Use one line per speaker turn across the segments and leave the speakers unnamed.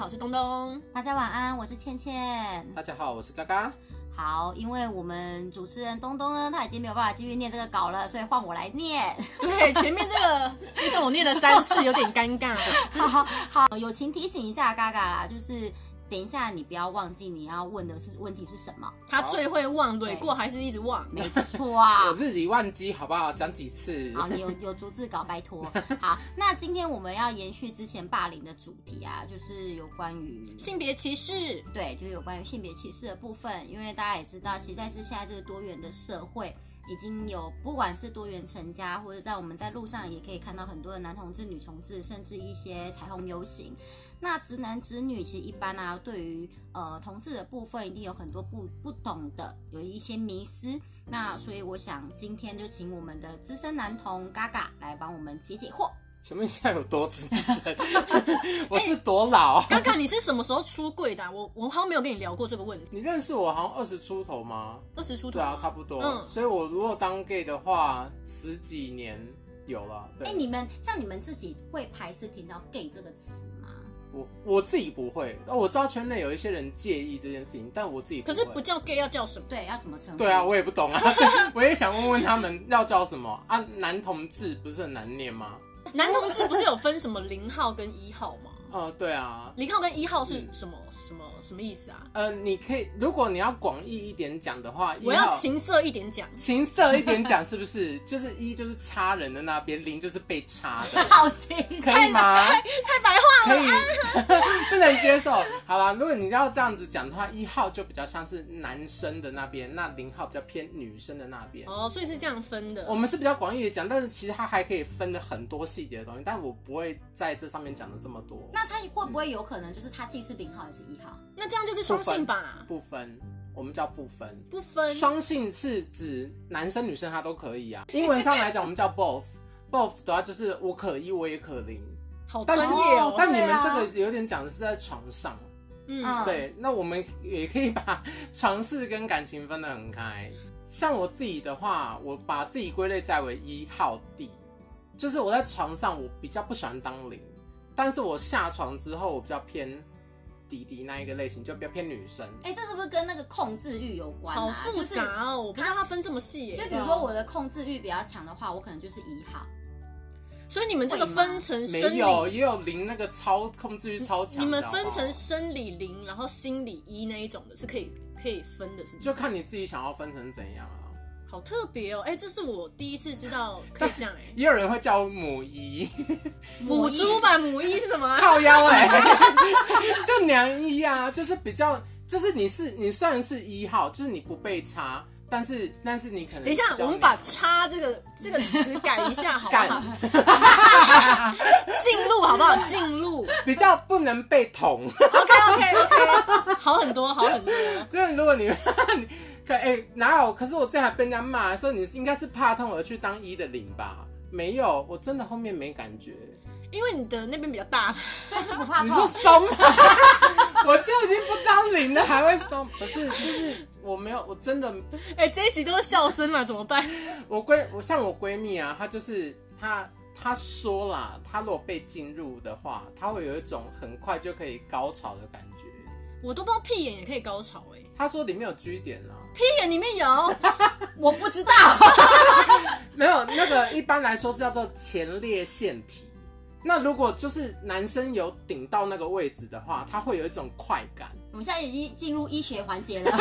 我是东东。
大家晚安，我是倩倩。
大家好，我是嘎嘎。
好，因为我们主持人东东呢，他已经没有办法继续念这个稿了，所以换我来念。
对，前面这个这段我念了三次，有点尴尬。
好好，友情提醒一下嘎嘎啦，就是等一下你不要忘记你要问的是问题是什么。
他最会忘，对过还是一直忘。
没错啊，
我日理万机，好不好？讲几次？
好，你有有逐字稿，拜托。好，那今天我们要延续之前霸凌的主题啊，就是有关于
性别歧视，
对，就是有关于性别歧视的部分。因为大家也知道，其实在这现在这个多元的社会，已经有不管是多元成家，或者在我们在路上也可以看到很多的男同志、女同志，甚至一些彩虹游行。那直男直女其实一般啊，对于呃同志的部分，一定有很多不不懂的，有一些迷思。那所以我想今天就请我们的资深男童嘎嘎来帮我们解解惑。
请问一下有多资 深？我是多老？
刚刚你是什么时候出柜的啊、我我好像没有跟你聊过这个问题。
你认识我好像二十出头吗？
二十出头
对啊
吗，
差不多。
嗯
所以我如果当 gay 的话，十几年有了。对，
哎、你们像你们自己会排斥听到 gay 这个词吗？
我我自己不会，哦我知道圈内有一些人介意这件事情，但我自己
可
会
是不叫 gay 要叫什么？
对，要怎么称呼？
对啊，我也不 懂啊，我也想问问他们要叫什么啊？男同志不是很难念吗？
男同志不是有分什么零号跟一号吗？
哦、对啊，
零号跟一号是
嗯
什么、什么什么意思啊？
呃，你可以，如果你要广义一点讲的话，
我
一
要
号
情色一点讲，
情色一点讲，是不是？ 就是一就是插人的那边，零就是被插 的，
好奇
可以吗？
太白话
可以， 不能接受。好啦，如果你要这样子讲的话，一号就比较像是男生的那边，那零号比较偏女生的那边。
哦，所以是这样分的。
我们是比较广义的讲，但是其实它还可以分的很多细节的东西，但我不会在这上面讲的这么多。
那他会不会有可能就是他既是零号也是一号？
那这样就是双性吧？
不分，我们叫不分。
不分
双性是指男生女生他都可以啊。英文上来讲，我们叫 both，both 的话就是我可一我也可零。
好
但
专
是
业哦。
但你们
对啊
这个有点讲的是在床上，
嗯
嗯
对，那我们也可以把床事跟感情分得很开。像我自己的话，我把自己归类在为一号地，就是我在床上我比较不喜欢当零，但是我下床之后我比较偏弟弟那一个类型，就比较偏女生。
哎、这是不是跟那个控制欲有关、啊？
好复杂哦，我不知道它分这么细耶。
就是。就比如说我的控制欲比较强的话，我可能就是一号。
啊所以你们这个分成
没
生
有，哦
理，
也有零那个超控制欲超强的。
你们
好不好
分成生理零，然后心理一那一种的，是可以可以分的，是不是？
就看你自己想要分成怎样啊。
好特别哦，哎、这是我第一次知道可以这 样哎、
也有人会叫我母 一，
母猪吧，母一是什么啊、
靠腰哎、 就娘一啊，就是比较，就是你是你虽然是一号，就是你不被插，但是但是你可能
等一下，我们把“叉”这个这个词改一下，好不好
干？
进入好不好？进入
比较不能被捅。
，OK OK OK，好很多，好很多。
真的，如果你 你可哎、哪有？可是我这还被人家骂说你是应该是怕痛而去当一的零吧？没有，我真的后面没感觉。
因为你的那边比较大，
所以是不怕
你说
痛。
松吗？ 我就已经不当零了，还会松？不是，就是我没有，我真的，
哎、这一集都是笑声嘛，怎么办？
我闺，我像我闺蜜啊，她就是她，她说啦，她如果被进入的话，她会有一种很快就可以高潮的感觉。
我都不知道屁眼也可以高潮哎、
她说里面有 G 点 啊，
屁眼里面有，
我不知道，
没有那个一般来说是叫做前列腺体。那如果就是男生有顶到那个位置的话，他会有一种快感。
我们现在已经进入医学环节了。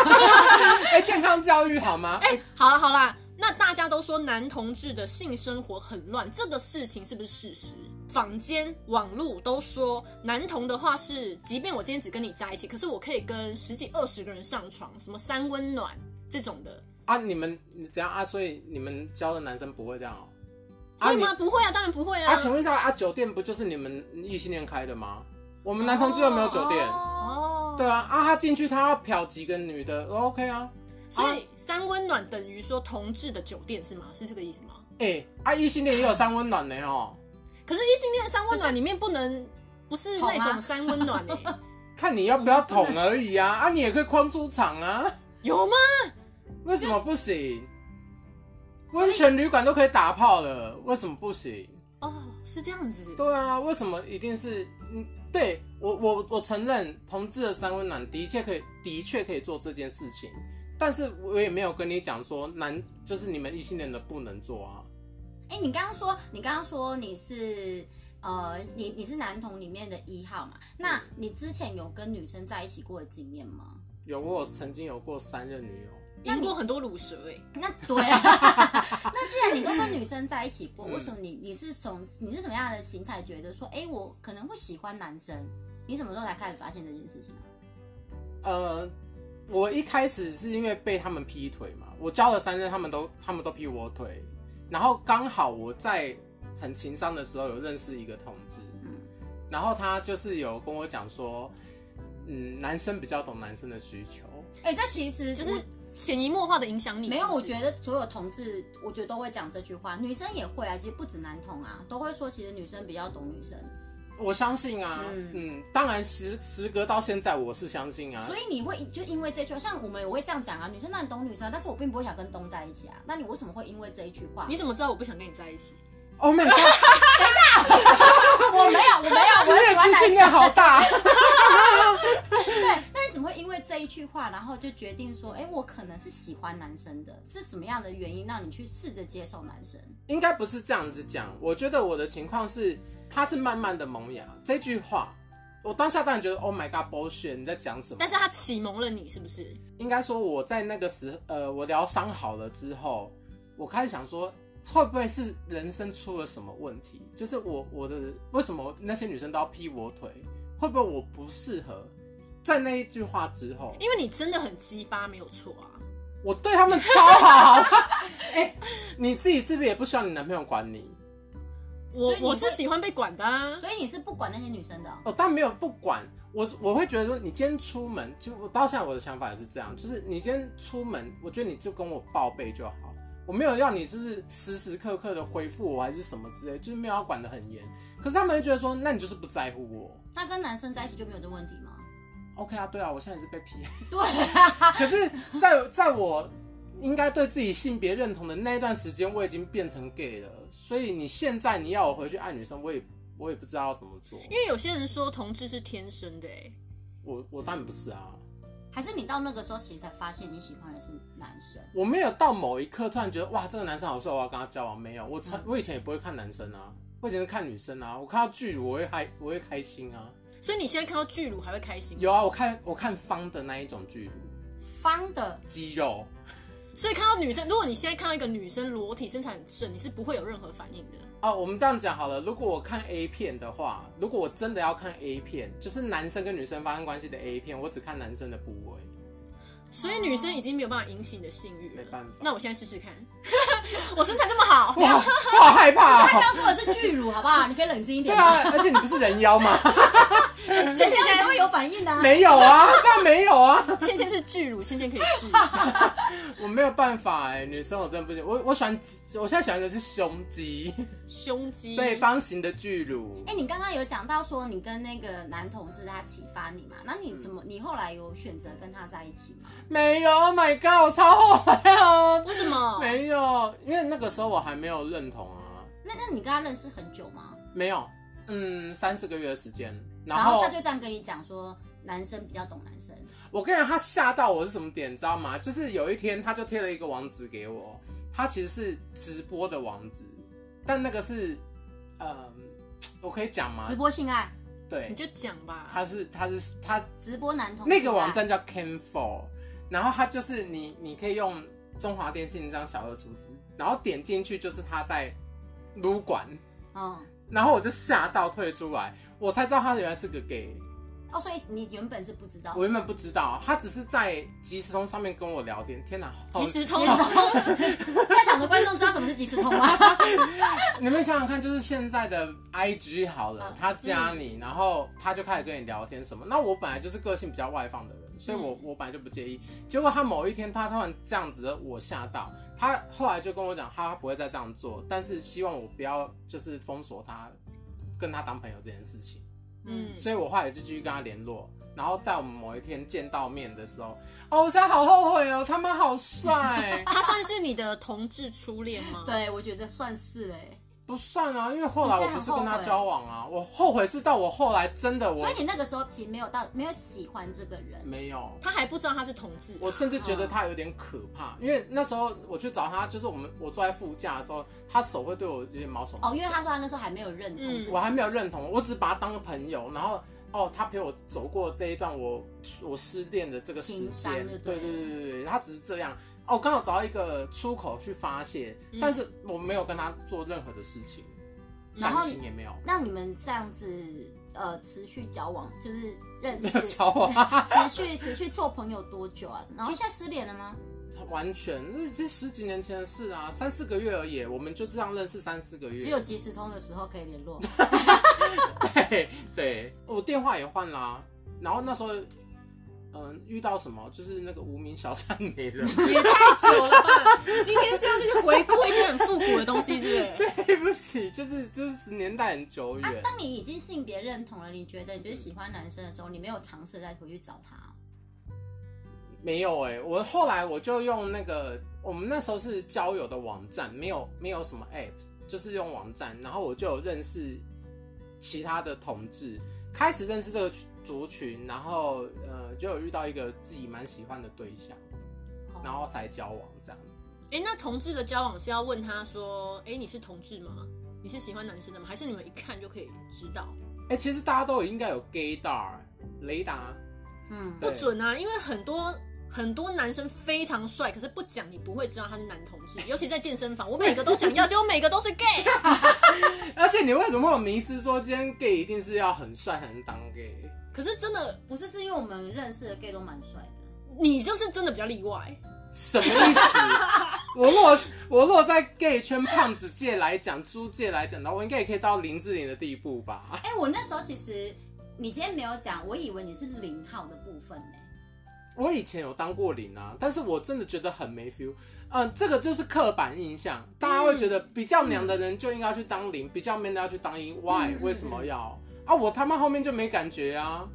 哎、健康教育好吗？
哎、好了好了，那大家都说男同志的性生活很乱，这个事情是不是事实？坊间、网络都说男同的话是，即便我今天只跟你在一起，可是我可以跟十几二十个人上床，什么三温暖这种的，
啊，你们怎样啊？所以你们教的男生不会这样哦、啊
会
你
吗？不会啊，当然不会啊。
啊，请问一下啊，酒店不就是你们异性恋开的吗？我们男同志有没有酒店？
哦，
哦，
对啊，啊，他进去他要嫖几个女的、o k 啊。
所以三温暖等于说同志的酒店是吗？是这个意思吗？
哎、啊，异性恋也有三温暖呢哦，
可是异性恋的三温暖里面不能不是那
捅
种
啊
三温暖 哎、
看你要不要捅而已啊。啊，你也可以框出场啊，
有吗？
为什么不行？温泉旅馆都可以打炮了，为什么不行？
哦，是这样子。
对啊，为什么一定是嗯？对我我我承认同志的三温暖的确可以，的确可以做这件事情，但是我也没有跟你讲说男就是你们异性恋的不能做啊。
哎、你刚刚说，你刚刚说你是呃，你你是男童里面的一号嘛？那你之前有跟女生在一起过的经验吗？
有我有曾经有过三任女友，
赢过很多乳蛇哎、
那对啊，那既然你都跟女生在一起过，为什么你你是从你是什么样的心态觉得说，哎、我可能会喜欢男生？你什么时候才开始发现这件事情啊？
呃，我一开始是因为被他们劈腿嘛，我交了三任，他们都他们都劈我腿，然后刚好我在很情商的时候有认识一个同志，
嗯
然后他就是有跟我讲说，嗯，男生比较懂男生的需求，
哎、这其实
就
就是
是潜移默化的影响你。
没有，我觉
得
得所有同志，我觉得都会讲这句话，女生也会啊，其实不止男同啊，都会说其实女生比较懂女生，
我相信啊，
嗯
嗯当然时时隔到现在我是相信啊
所，以你会就因为这句话，像我们也会这样讲啊，女生当然懂女生啊，但是我并不会想跟东在一起啊，那你为什么会因为这一句话？
你怎么知道我不想跟你在一起？
，Oh my god，
我没有，我没有，
我
我喜
也
欢
自
男
信
生。啊
量好大，
对，那你怎么会因为这一句话，然后就决定说，哎、我可能是喜欢男生的？是什么样的原因让你去试着接受男生？
应该不是这样子讲。我觉得我的情况是，它是慢慢的萌芽。这句话，我当下当然觉得 Oh my God bullshit，你在讲什么？
但是他启蒙了你，是不是？
应该说我在那个时，呃，我疗伤好了之后，我开始想说，会不会是人生出了什么问题？就是我我的为什么那些女生都要劈我腿？会不会我不适合？在那一句话之后，
因为你真的很鸡巴，没有错啊。
我对他们超好。 哎、你自己是不是也不希望你男朋友管你？
我
所以你会
我是喜欢被管的啊。
所以你是不管那些女生的哦、
哦，但没有不管我，我会觉得说，你今天出门，就我到现在我的想法也是这样，就是你今天出门，我觉得你就跟我报备就好，我没有要你就是时时刻刻的回复我还是什么之类，就是没有要管得很严。可是他们会觉得说，那你就是不在乎我。
那跟男生在一起就没有这问题吗？
OK 啊，对啊，我现在也是被批。
对啊，
可是在在我应该对自己性别认同的那一段时间，我已经变成 gay 了，所以你现在你要我回去爱女生，我也我也不知道要怎么做。
因为有些人说同志是天生的、欸，
我我当然不是啊。
还是你到那个时候其实才发现你喜欢的是男生？
我没有到某一刻
嗯
突然觉得哇，这个男生好帅，我要跟他交往。没有，我从我以前也不会看男生啊，我以前是看女生啊。我看到巨乳，我会嗨，我会开心啊。
所以你现在看到巨乳还会开心。
有啊，我看我看方的那一种巨乳，
方的
肌肉，
所以看到女生，如果你现在看到一个女生裸体身材很正，你是不会有任何反应的。
哦，我们这样讲好了。如果我看 A 片的话，如果我真的要看 A 片，就是男生跟女生发生关系的 A 片，我只看男生的部位。
所以女生已经没有办法引起你的性欲了。
没办法
那我现在试试看， 我身材这么好，
哇，我好害怕、
他
啊。
刚说的 是巨乳，好不好？你可以冷静一
对
点吗。
啊，而且你不是人妖吗？
倩
这
倩
样
现
你
在
会有反应的、啊。
没有啊，当然没有啊。
倩倩是巨乳，倩倩可以试一下。
我没有办法哎、女生我真的不行。我我喜欢肌，我现在喜欢的是胸肌，
胸
嗯
肌，
对，方形的巨乳
哎、。你刚刚有讲到说你跟那个男同志他启发你嘛？那你怎么、你后来有选择跟他在一起吗？
没有，Oh my god，我超后悔哦。
为什么？
没有，因为那个时候我还没有认同啊。
那那你跟他认识很久吗？
没有，嗯，三四个月的时间。然
然
后
他就这样跟你讲说，男生比较懂男生，
我跟你讲，他吓到我是什么点，你知道吗？就是有一天他就贴了一个网址给我，他其实是直播的网址，但那个是，嗯、我可以讲吗
直？播性爱，
对
你，就讲吧。
他是他是他
直播
啊
男同志爱
那个网，站叫 Can For，然后它就是你你可以用中华电信这张小额储值，然后点进去就是他在撸管，
嗯，
然后我就吓到退出来，我才知道他原来是个 gay，
哦，所以你原本是不知道
我。原本不知道，他只是在即时通上面跟我聊天，天哪，好
即时
即
通
时通， 在场的观众知道什么是即时通吗？
你们想想看，就是现在的 I G 好了
嗯，
他加你，然后他就开始跟你聊天什么。那我本来就是个性比较外放的人，所以我
嗯
我本来就不介意。结果他某一天他突然这样子的，我吓到。他后来就跟我讲，他不会再这样做，但是希望我不要就是封锁他，跟他当朋友这件事情。
嗯。
嗯，
所以我后来就继续跟他联络。然后在我们某一天见到面的时候，哦，我现在好后悔哦，他妈好帅
他算是你的同志初恋吗？，
对，我觉得算是哎、
不算啊，因为后来
你现
我
在
不
很
是跟他
后悔
交往啊，我后悔是到我后来真的我
所以你那个时候其实没有到没有喜欢这个人，
没有，
他还不知道他是同志，
我甚至觉得他有点可怕，因为那时候我去找他，就是我们我坐在副驾的时候，他手会对我有点毛手毛
哦，因为他说他那时候还没有认同自己，
我还没有认同，我只把他当个朋友，然后哦，他陪我走过这一段我我失恋的这个时
情伤
间，
就
对
对
对对对对，他只是这样哦，刚好找到一个出口去发泄，但是我没有跟他做任何的事情，
然
感
后
情也没有，
那你们这样子呃持续交往，就是认
没
识
有，交往，
持续持续做朋友多久啊？然后现在失联了吗？
完全那是十几年前的事啊，三四个月而已，我们就这样认识三四个月，
只有即时通的时候可以联络。
对 对，我电话也换啦、然后那时候，嗯、遇到什么就是那个无名小站没了，
也太久了吧？ 今天是要就是回顾一些很复古的东西，是不是？
对不起，就是就是年代很久远。
当你已经性别认同了，你觉得你就是喜欢男生的时候，你没有尝试再回去找他哦、
没有哎、我后来我就用那个，我们那时候是交友的网站，没有没有什么 app，就是用网站，然后我就有认识其他的同志，开始认识这个族群，然后呃就有遇到一个自己蛮喜欢的对象，
哦
嗯
然后才交往这样子。
哎、那同志的交往是要问他说，哎、你是同志吗？你是喜欢男生的吗？还是你们一看就可以知道？
哎、其实大家都应该有 gaydar 雷达，
嗯，
不
对
准啊，因为很多很多男生非常帅，可是不讲你不会知道他是男同志，尤其在健身房，我每个都想要，结果每个都是 gay。
而且你为什么会有迷失说今天 gay 一定是要很帅才能当 gay？
可是真的，
不是，是因为我们认识的 gay 都蛮帅的。
你就是真的比较例外。
什么意思？我落我落在 gay 圈胖子界来讲，猪界来讲的话，我应该也可以到林志玲的地步吧？
哎、我那时候其实你今天没有讲，我以为你是零号的部分呢、
我以前有当过零啊，但是我真的觉得很没 feel。嗯，这个就是刻板印象，大家会觉得比较娘的人就应该去当零，比较 man 的要去当一。Why？、
嗯
为什么要啊？我他妈后面就没感觉啊。
嗯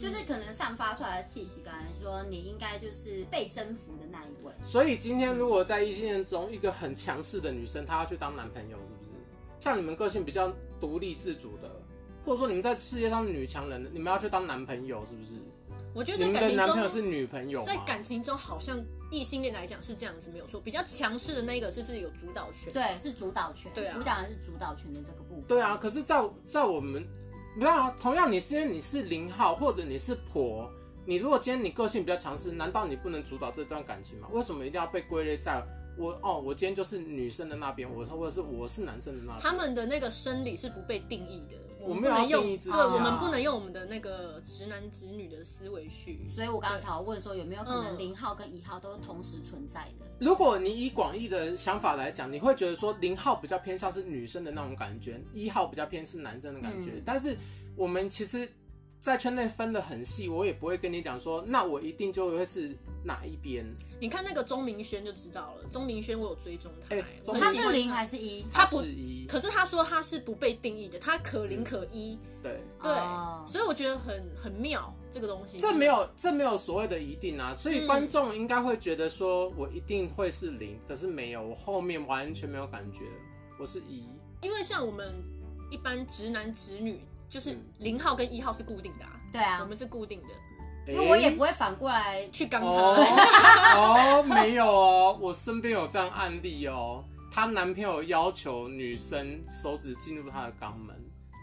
就是可能散发出来的气息，感觉说你应该就是被征服的那一位。
所以
嗯
今天如果在异性恋中，一个很强势的女生，她要去当男朋友，是不是？像你们个性比较独立自主的，或者说你们在世界上的女强人，你们要去当男朋友，是不是？
我觉得在
你们
感
的
情
男朋友
中，
是女朋友
在
吗？
感情中好像异性恋来讲是这样子，没有错。比较强势的那一个就是有主导权。
对，是主导权。
对啊
我讲的是主导权的这个部分。
对啊，，可是在，在我们，没有啊。同样，你是因为你是零号，或者你是婆，你如果今天你个性比较强势，难道你不能主导这段感情吗？为什么一定要被归类在我哦？我今天就是女生的那边，我或者是我是男生的那边？
他们的那个生理是不被定义的，
我
们
没
不
有
能
要定义
用，
自
对
己
啊
我们不能用我们的那个直男直女的思维去。
所以我刚刚才有问说有没有可能
嗯
零号跟一号都是同时存在的？
如果你以广义的想法来讲，你会觉得说零号比较偏向是女生的那种感觉，一号比较偏是男生的感觉。
嗯
但是我们其实，在圈内分的很细，我也不会跟你讲说，那我一定就会是哪一边。
你看那个钟明轩就知道了，钟明轩我有追踪他、
哎
欸我
钟明
很
他
轩
喜
是
欢
零还是一？
他不
是一，
可是他说他是不被定义的，他可
嗯
零可一，
对，
对
哦
所以我觉得很很妙这个东西。
这没有这没有所谓的一定啊，所以
嗯
观众应该会觉得说我一定会是零，可是没有，我后面完全没有感觉，我是一。
因为像我们一般直男直女，就是
嗯
零号跟一号是固定的、啊，
对
我
啊，
们是固定的
因为我也
诶
不会反过来。
去刚他。
哦哦，没有哦，我身边有这样案例哦，她男朋友要求女生手指进入她的肛门，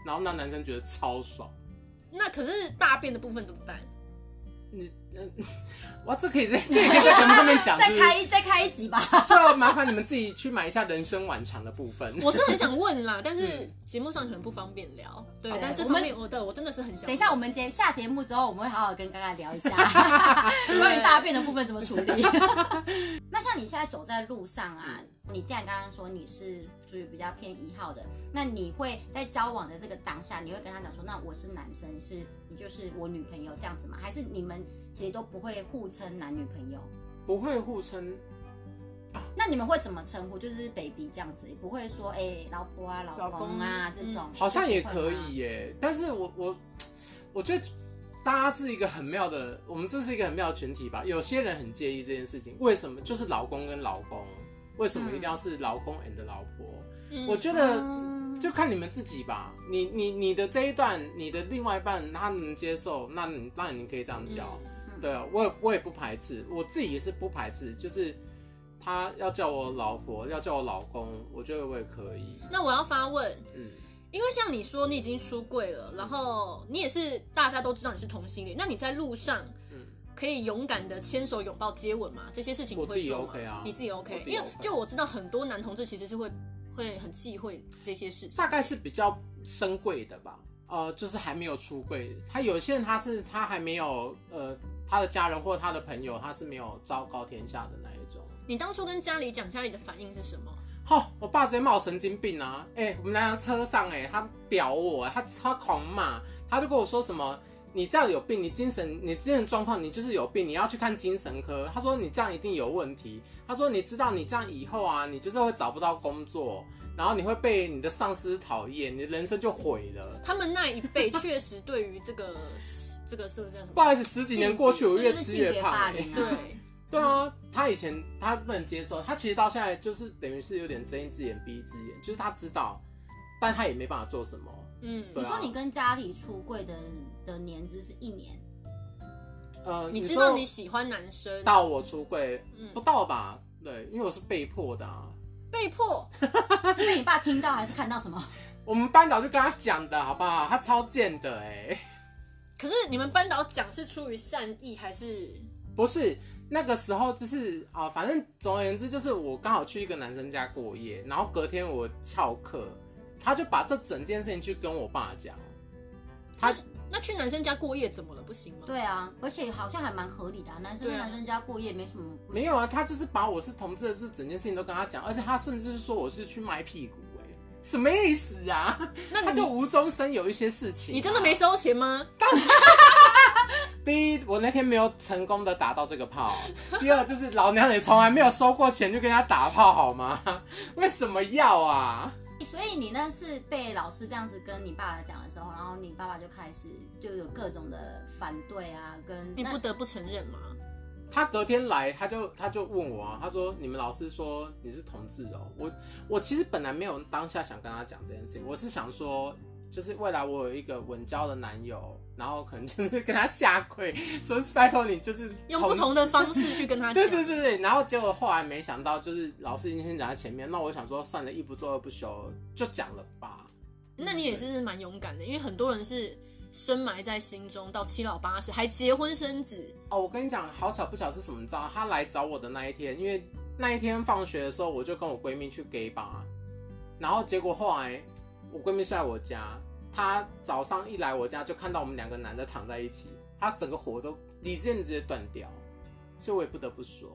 然后那男生觉得超爽。
那可是大便的部分怎么 办？
你嗯，哇，这可以在这可以在节目上面讲，
再
是不
开
是？
一再开一集吧。
就麻烦你们自己去买一下人参晚肠的部分。
我是很想问啦，但是
嗯
节目上可能不方便聊。对
对，
但这
我
方
们
面我的我真的是很想。
等一下，我们节下节目之后，我们会好好跟刚刚聊 一下 关于大便的部分怎么处理。那像你现在走在路上啊，
嗯
你既然刚刚说你是属于比较偏一号的，那你会在交往的这个当下，你会跟他讲说，那我是男生，是你就是我女朋友这样子吗？还是你们其实都不会互称男女朋友？
不会互称，
那你们会怎么称呼？就是 baby 这样子，不会说哎、老婆啊、老公
老
啊
公
这种，
好像也
这种
可
会吗
以耶。但是我我我觉得大家是一个很妙的，我们这是一个很妙的群体吧。有些人很介意这件事情，为什么？就是老公跟老公，为什么一定要是老公 and 老婆？
嗯
我觉得
嗯
就看你们自己吧。你你你的这一段，你的另外一半他能接受，那你那你可以这样教。对啊，我也我也不排斥，我自己也是不排斥，就是他要叫我老婆，要叫我老公，我觉得我也可以。
那我要发问，
嗯，
因为像你说你已经出柜了，然后你也是大家都知道你是同性恋，那你在路上
嗯
可以勇敢的牵手、拥抱、接吻吗？这些事情你
我
会
自己
做吗
OK 啊
你自己 OK，,
我自己
因为
OK
就我知道很多男同志其实是会会很忌讳这些事情
大。概是比较深贵的吧，呃，就是还没有出柜。他有些人他是他还没有呃，他的家人或他的朋友他是没有昭告天下的那一种。
你当初跟家里讲，家里的反应是什么？
吼、我爸直接骂我神经病啊！哎、我们来到车上、哎，他表我、他他狂骂，他就跟我说什么：“你这样有病，你精神，你精神状况，你就是有病，你要去看精神科。”他说：“你这样一定有问题。”他说：“你知道你这样以后啊，你就是会找不到工作，然后你会被你的上司讨厌，你的人生就毁了。
他们那一 辈确实对于这个这个是不是叫什”
不
么？
好意思，十几年过去，我越吃越胖、哎
这就是性别霸凌啊
对，
对啊，他以前他不能接受，他其实到现在就是等于是有点睁一只眼闭一只眼，就是他知道，但他也没办法做什么。
嗯，
对
你
啊
说你跟家里出柜的的年资是一年，
呃，
你知
说
道你喜欢男生，
到我出柜
嗯
不，到吧？对，因为我是被迫的啊。
被迫
是被你爸听到还是看到什么？
我们班导就跟他讲的好不好？他超贱的哎、
可是你们班导讲是出于善意还是？
不是那个时候就是啊、反正总而言之就是我刚好去一个男生家过夜，然后隔天我翘课，他就把这整件事情去跟我爸讲，他
那去男生家过夜怎么了？不行吗？，
对啊，而且好像还蛮合理的、啊，男生跟
对啊
男生家过夜没什么不
没有啊，他就是把我是同志的事整件事情都跟他讲，而且他甚至是说我是去卖屁股哎、什么意思啊？
那
他
你
就无中生有一些事情啊、
你真的没收钱吗？
第一，我那天没有成功的打到这个炮； 第二，就是老娘也从来没有收过钱就跟人家打炮，好吗？为什么要啊？
所以你那是被老师这样子跟你爸爸讲的时候，然后你爸爸就开始就有各种的反对啊，跟
你
那
不得不承认嘛。
他隔天来，他就他就问我啊，他说你们老师说你是同志哦，我我其实本来没有当下想跟他讲这件事情，我是想说，就是未来我有一个稳交的男友，然后可能就是跟他下跪，说拜托你就是
用不 同的方式去跟他讲
对。对对对，然后结果后来没想到，就是老师已经先讲在前面，那我想说，算了，一不做二不休，就讲了吧。
那你也是蛮勇敢的，因为很多人是深埋在心中，到七老八十还结婚生子。
哦，我跟你讲，好巧不巧是什么？你知道，他来找我的那一天，因为那一天放学的时候，我就跟我闺蜜去 gay 吧，然后结果后来我闺蜜睡在我家，她早上一来我家就看到我们两个男的躺在一起，她整个火都理智线直接断掉，所以我也不得不说，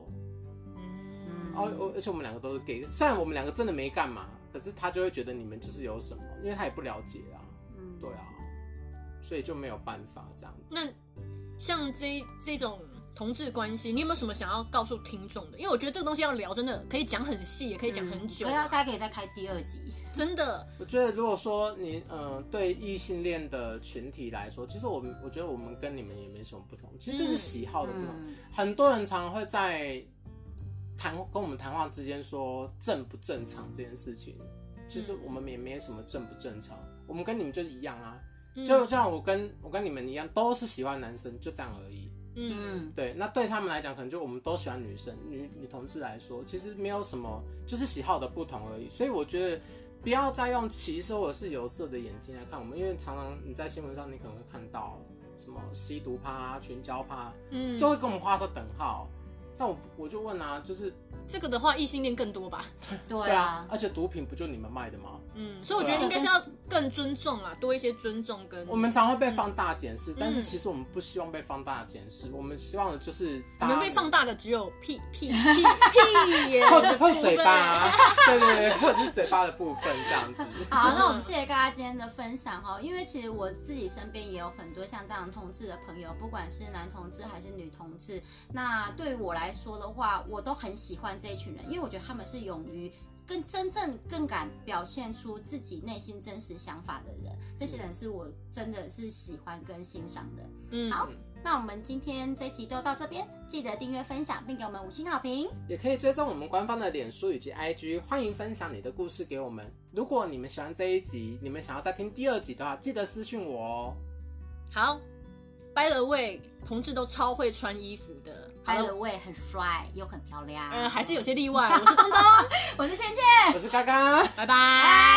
嗯，
哦，我而且我们两个都是 gay，虽然我们两个真的没干嘛，可是他就会觉得你们就是有什么，因为他也不了解啊，
嗯
对啊，所以就没有办法这样子。
那像这这种同志关系，你有没有什么想要告诉听众的？因为我觉得这个东西要聊，真的可以讲很细，也可以讲很久
嗯
啊、
对啊，大家可以再开第二集。
真的，
我觉得如果说你呃对异性恋的群体来说，其实我们我觉得我们跟你们也没什么不同，其实就是喜好的不同。
嗯，
很多人常会在谈跟我们谈话之间说正不正常这件事情，其实我们也没什么正不正常，我们跟你们就一样啊。
嗯
就像我跟我跟你们一样，都是喜欢男生，就这样而已。
嗯，
嗯，
对，那对他们来讲，可能就我们都喜欢女生，女女同志来说，其实没有什么，就是喜好的不同而已。所以我觉得不要再用歧视或者是有色的眼睛来看我们，因为常常你在新闻上你可能会看到什么吸毒趴、啊、群交趴啊，
嗯，
就会跟我们画上等号。但我我就问啊，就是
这个的话，异性恋更多吧？
对啊，
而且毒品不就你们卖的吗？
嗯，所以我觉得应该是要更尊重啦，多一些尊重跟
啊我们常会被
嗯
放大检视，但是其实我们不希望被放大检视，我们希望的就是
你
大家
们被放大的只有屁 屁屁屁耶，
或者或 者嘴巴、啊对对对，或者是嘴巴的部分这样子。
好，那我们谢谢大家今天的分享哈，因为其实我自己身边也有很多像这样同志的朋友，不管是男同志还是女同志，那对我来说的话，我都很喜欢这一群人，因为我觉得他们是勇于。更真正更敢表现出自己内心真实想法的人，这些人是我真的是喜欢跟欣赏的。
嗯，
好那我们今天这集就到这边，记得订阅、分享，并给我们五星好评。
也可以追踪我们官方的脸书以及 IG，欢迎分享你的故事给我们。如果你们喜欢这一集，你们想要再听第二集的话，记得私讯我哦。
好。By the way，同志都超会穿衣服的。呃
还有我也很帅，又很漂亮。
呃，还是有些例外。我是东东，
我是倩倩，
我是嘎嘎。
拜拜。